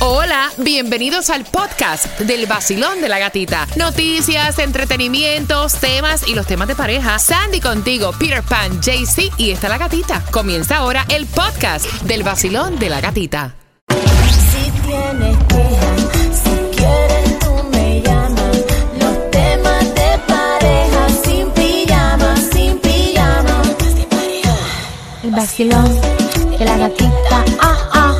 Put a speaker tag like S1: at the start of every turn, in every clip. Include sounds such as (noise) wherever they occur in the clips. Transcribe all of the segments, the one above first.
S1: Hola, bienvenidos al podcast del vacilón de la gatita. Noticias, entretenimientos, temas y los temas de pareja. Sandy contigo, Peter Pan, JC y está la gatita. Comienza ahora el podcast del vacilón de la gatita.
S2: Si tienes queja, si quieres tú me llamas. Los temas de pareja sin pijama, sin pijama.
S3: El vacilón de la gatita.
S2: Ah, ah.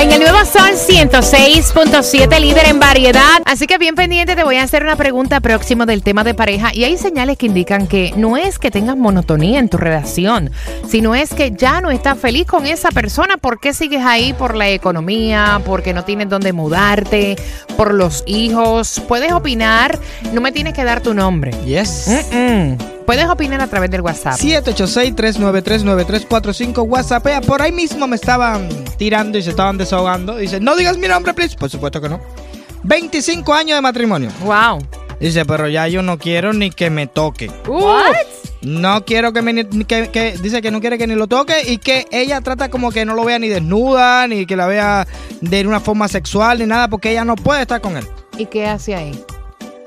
S3: En el nuevo Sol 106.7, líder en variedad.
S1: Así que bien pendiente, te voy a hacer una pregunta próximo del tema de pareja. Y hay señales que indican que no es que tengas monotonía en tu relación, sino es que ya no estás feliz con esa persona. ¿Por qué sigues ahí? Por la economía, porque no tienes dónde mudarte, por los hijos. Puedes opinar, no me tienes que dar tu nombre.
S4: Yes.
S1: Mm-mm. Puedes opinar a través del WhatsApp.
S4: 786-393-9345 WhatsAppea. Por ahí mismo me estaban tirando y se estaban desahogando. Dice, no digas mi nombre, please. Por supuesto que no. 25 años de matrimonio.
S1: Wow.
S4: Dice, pero ya yo no quiero ni que me toque. No quiero que me... ni- que- que- dice que no quiere que ni lo toque y que ella trata como que no lo vea ni desnuda, ni que la vea de una forma sexual, ni nada, porque ella no puede estar con él.
S1: ¿Y qué hace ahí?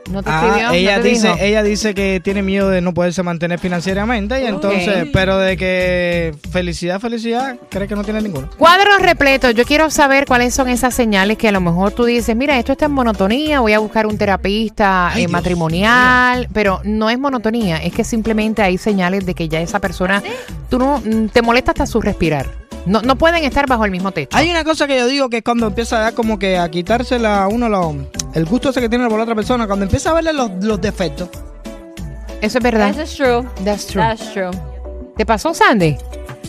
S1: No te
S4: Ah,
S1: escribió,
S4: ella
S1: no te
S4: dice,
S1: dijo?
S4: ella dice que tiene miedo de no poderse mantener financieramente y entonces, pero de que felicidad, felicidad, cree que no tiene ninguna.
S1: Cuadros repletos. Yo quiero saber cuáles son esas señales que a lo mejor tú dices, mira, esto está en monotonía, voy a buscar un terapista
S4: Ay,
S1: eh,
S4: Dios
S1: matrimonial, pero no es monotonía, es que simplemente hay señales de que ya esa persona, tú no, mm, te molesta hasta su respirar. No, no pueden estar bajo el mismo techo.
S4: Hay una cosa que yo digo que es cuando empieza a dar como que a quitarse la uno lo- el gusto ese que tiene por la otra persona, cuando empieza a verle los, los defectos.
S1: Eso es verdad.
S5: Eso es true.
S1: That's true.
S5: That's true.
S1: ¿Te pasó, Sandy?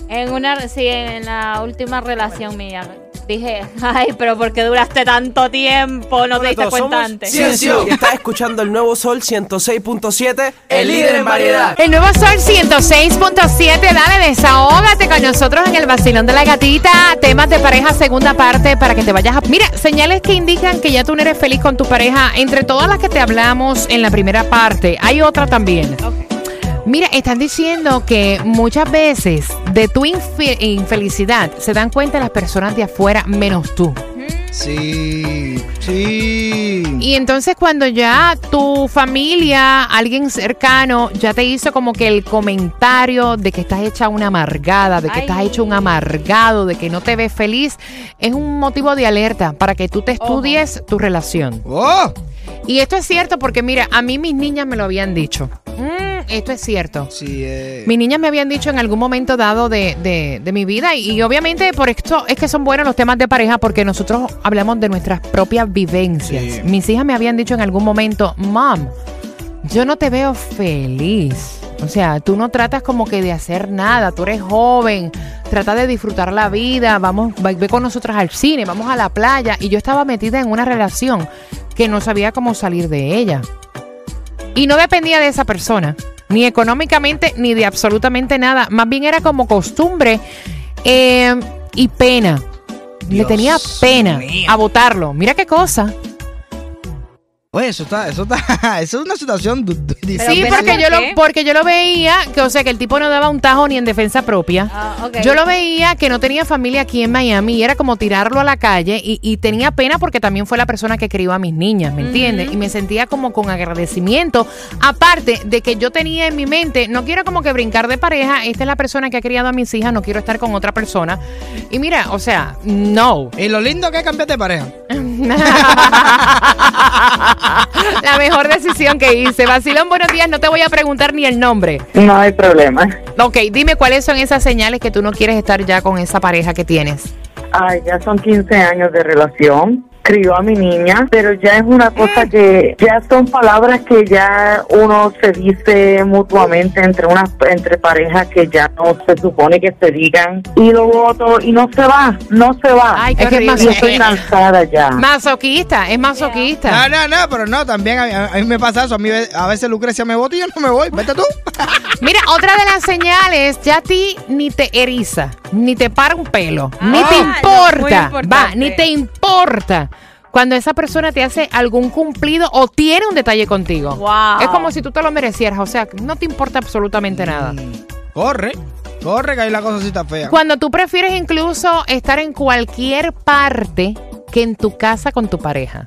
S5: En una, sí, en la última relación mía dije, ay, pero ¿por qué duraste tanto tiempo? No te diste cuenta antes.
S6: Ciencio. Y estás escuchando el nuevo Sol 106.7, el líder en variedad.
S1: El nuevo Sol 106.7, dale, desahógate con nosotros en el vacilón de la gatita. Temas de pareja, segunda parte, para que te vayas a... Mira, señales que indican que ya tú no eres feliz con tu pareja. Entre todas las que te hablamos en la primera parte, hay otra también. Mira, están diciendo que muchas veces de tu infe- infelicidad se dan cuenta las personas de afuera menos tú.
S4: Sí, sí.
S1: Y entonces cuando ya tu familia, alguien cercano, ya te hizo como que el comentario de que estás hecha una amargada, de que
S5: Ay.
S1: estás hecho un amargado, de que no te ves feliz, es un motivo de alerta para que tú te
S5: Ojo.
S1: estudies tu relación.
S4: Oh,
S1: Y esto es cierto porque mira, a mí mis niñas me lo habían dicho. Mm, esto es cierto.
S4: sí. eh.
S1: Mis niñas me habían dicho en algún momento dado de, de- de mi vida y, y obviamente por esto es que son buenos los temas de pareja porque nosotros hablamos de nuestras propias vivencias.
S4: Sí.
S1: Mis hijas me habían dicho en algún momento, mom, yo no te veo feliz. O sea, tú no tratas como que de hacer nada, tú eres joven, trata de disfrutar la vida, vamos, va- ve con nosotras al cine, vamos a la playa. Y yo estaba metida en una relación que no sabía cómo salir de ella. Y no dependía de esa persona, ni económicamente, ni de absolutamente nada. Más bien era como costumbre eh, y pena. Le
S4: Dios
S1: tenía pena
S4: mío.
S1: a votarlo. Mira qué cosa.
S4: Oye, eso está, eso está, (laughs) eso es una situación du- du-
S5: Pero
S1: sí,
S5: ¿ves
S1: porque
S5: por
S1: yo, lo,
S5: qué?
S1: porque yo lo veía, que, o sea, que el tipo no daba un tajo ni en defensa propia.
S5: Ah, ok.
S1: Yo lo veía que no tenía familia aquí en Miami y era como tirarlo a la calle y, y tenía pena porque también fue la persona que crió a mis niñas, ¿me entiendes? Y me sentía como con agradecimiento, aparte de que yo tenía en mi mente, no quiero como que brincar de pareja, esta es la persona que ha criado a mis hijas, no quiero estar con otra persona. Y mira, o sea, no.
S4: Y lo lindo que es cambiar de pareja.
S1: la mejor decisión que hice. Vacilón, buenos días, no te voy a preguntar ni el nombre.
S7: No hay problema.
S1: Ok, dime cuáles son esas señales que tú no quieres estar ya con esa pareja que tienes.
S7: Ay, ya son 15 años de relación. Crió a mi niña, pero ya es una cosa que ya son palabras que ya uno se dice mutuamente entre unas entre parejas que ya no se supone que se digan. Y lo voto y no se va, no se va.
S1: Ay, qué
S7: es que
S1: horrible.
S7: yo estoy cansada ya.
S1: Masoquista, es masoquista.
S4: No, no, no, pero no, también a, a- a mí me pasa eso. A, mí, ve- a veces Lucrecia me vota y yo no me voy. Vete tú.
S1: Mira, otra de las señales, ya a ti ni te eriza, ni te para un pelo, ni te
S5: Ah, no, muy
S1: importa,
S5: importante.
S1: va, ni te importa. Cuando esa persona te hace algún cumplido o tiene un detalle contigo.
S5: Wow.
S1: Es como si tú te lo merecieras, o sea, no te importa absolutamente nada.
S4: Corre, corre, que ahí la cosa sí está fea.
S1: Cuando tú prefieres incluso estar en cualquier parte que en tu casa con tu pareja.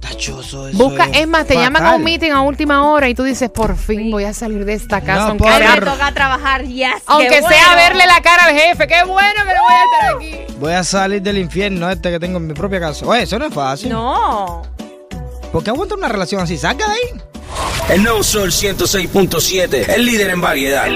S4: Tachoso eso.
S1: Busca, es más, te llaman a un meeting a última hora y tú dices, por fin voy a salir de esta casa.
S4: No,
S1: aunque
S4: por-
S1: sea,
S5: Ahora me toca trabajar, yes.
S1: aunque
S5: qué
S1: sea
S5: bueno.
S1: verle la cara al jefe. Qué bueno que no voy a estar aquí.
S4: Voy a salir del infierno este que tengo en mi propia casa. Oye, eso no es fácil.
S5: No.
S4: ¿Por qué aguanta una relación así? Saca de ahí.
S6: El nuevo Sol 106.7, el líder en variedad.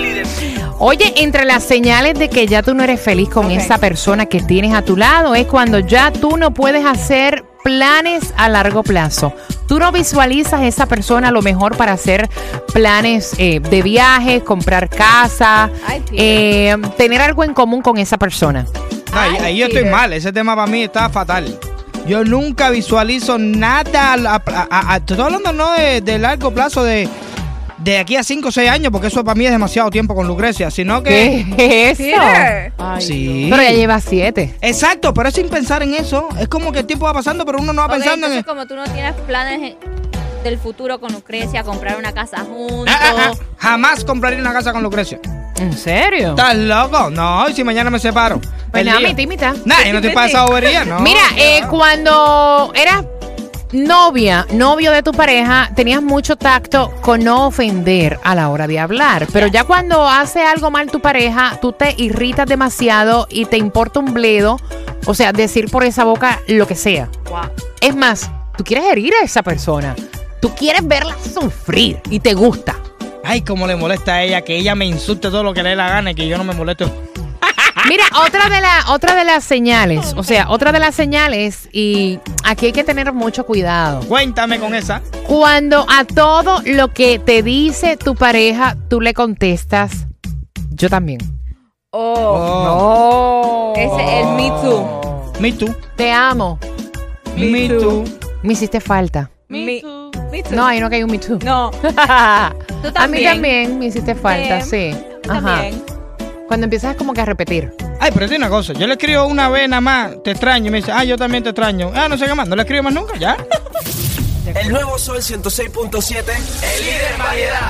S1: Oye, entre las señales de que ya tú no eres feliz con esa persona que tienes a tu lado es cuando ya tú no puedes hacer planes a largo plazo. Tú no visualizas a esa persona a lo mejor para hacer planes eh, de viajes, comprar casa,
S5: Ay, Peter.
S1: eh, tener algo en común con esa persona.
S4: No, ahí, ahí yo estoy mal. Ese tema para mí está fatal. Yo nunca visualizo nada. a- a- a- a- te estoy hablando no de, de largo plazo, de, de aquí a 5 o 6 años, porque eso para mí es demasiado tiempo con Lucrecia, sino que...
S1: ¿Qué es eso?
S4: Sí.
S1: Pero ya lleva siete.
S4: Exacto, pero es sin pensar en eso. Es como que el tiempo va pasando, pero uno no va
S5: Ok,
S4: pensando en
S5: entonces,
S4: eso.
S5: como tú no tienes planes en- del futuro con Lucrecia, comprar una casa juntos.
S4: Ah,
S5: ah.
S4: Jamás compraría una casa con Lucrecia.
S1: ¿En serio? Pues
S4: ¿Estás loco? No, y si mañana me separo.
S5: Pues
S4: El
S1: Bueno,
S4: día-
S1: mitad y mitad.
S4: Nah, yo no estoy para esa bobería, no.
S1: Mira, eh, cuando eras novia, novio de tu pareja, tenías mucho tacto con no ofender a la hora de hablar. Pero ya cuando hace algo mal tu pareja, tú te irritas demasiado y te importa un bledo. O sea, decir por esa boca lo que sea.
S5: Guau.
S1: Es más, tú quieres herir a esa persona. Tú quieres verla sufrir y te gusta.
S4: Ay, cómo le molesta a ella que ella me insulte todo lo que le dé la gana y que yo no me moleste.
S1: Mira, otra de, la, otra de las señales, o sea, otra de las señales, y aquí hay que tener mucho cuidado.
S4: Cuéntame con esa.
S1: Cuando a todo lo que te dice tu pareja, tú le contestas, yo también. Oh.
S5: Oh, ese es el Me Too.
S4: Me too.
S1: Te amo.
S4: Me too.
S1: Me hiciste falta.
S5: Me Too.
S1: No, ahí no que hay un Me Too.
S5: No, tú
S1: (laughs)
S5: también.
S1: a mí también me hiciste falta,
S5: Bien.
S1: sí. Ajá.
S5: También.
S1: Cuando empiezas como que a repetir.
S4: Ay, pero tiene una cosa. Yo le escribo una vez nada más, te extraño. Y me dice, ah, yo también te extraño. Ah, no sé qué más. No le escribo más nunca, ya.
S6: El nuevo Sol 106.7, el líder en variedad.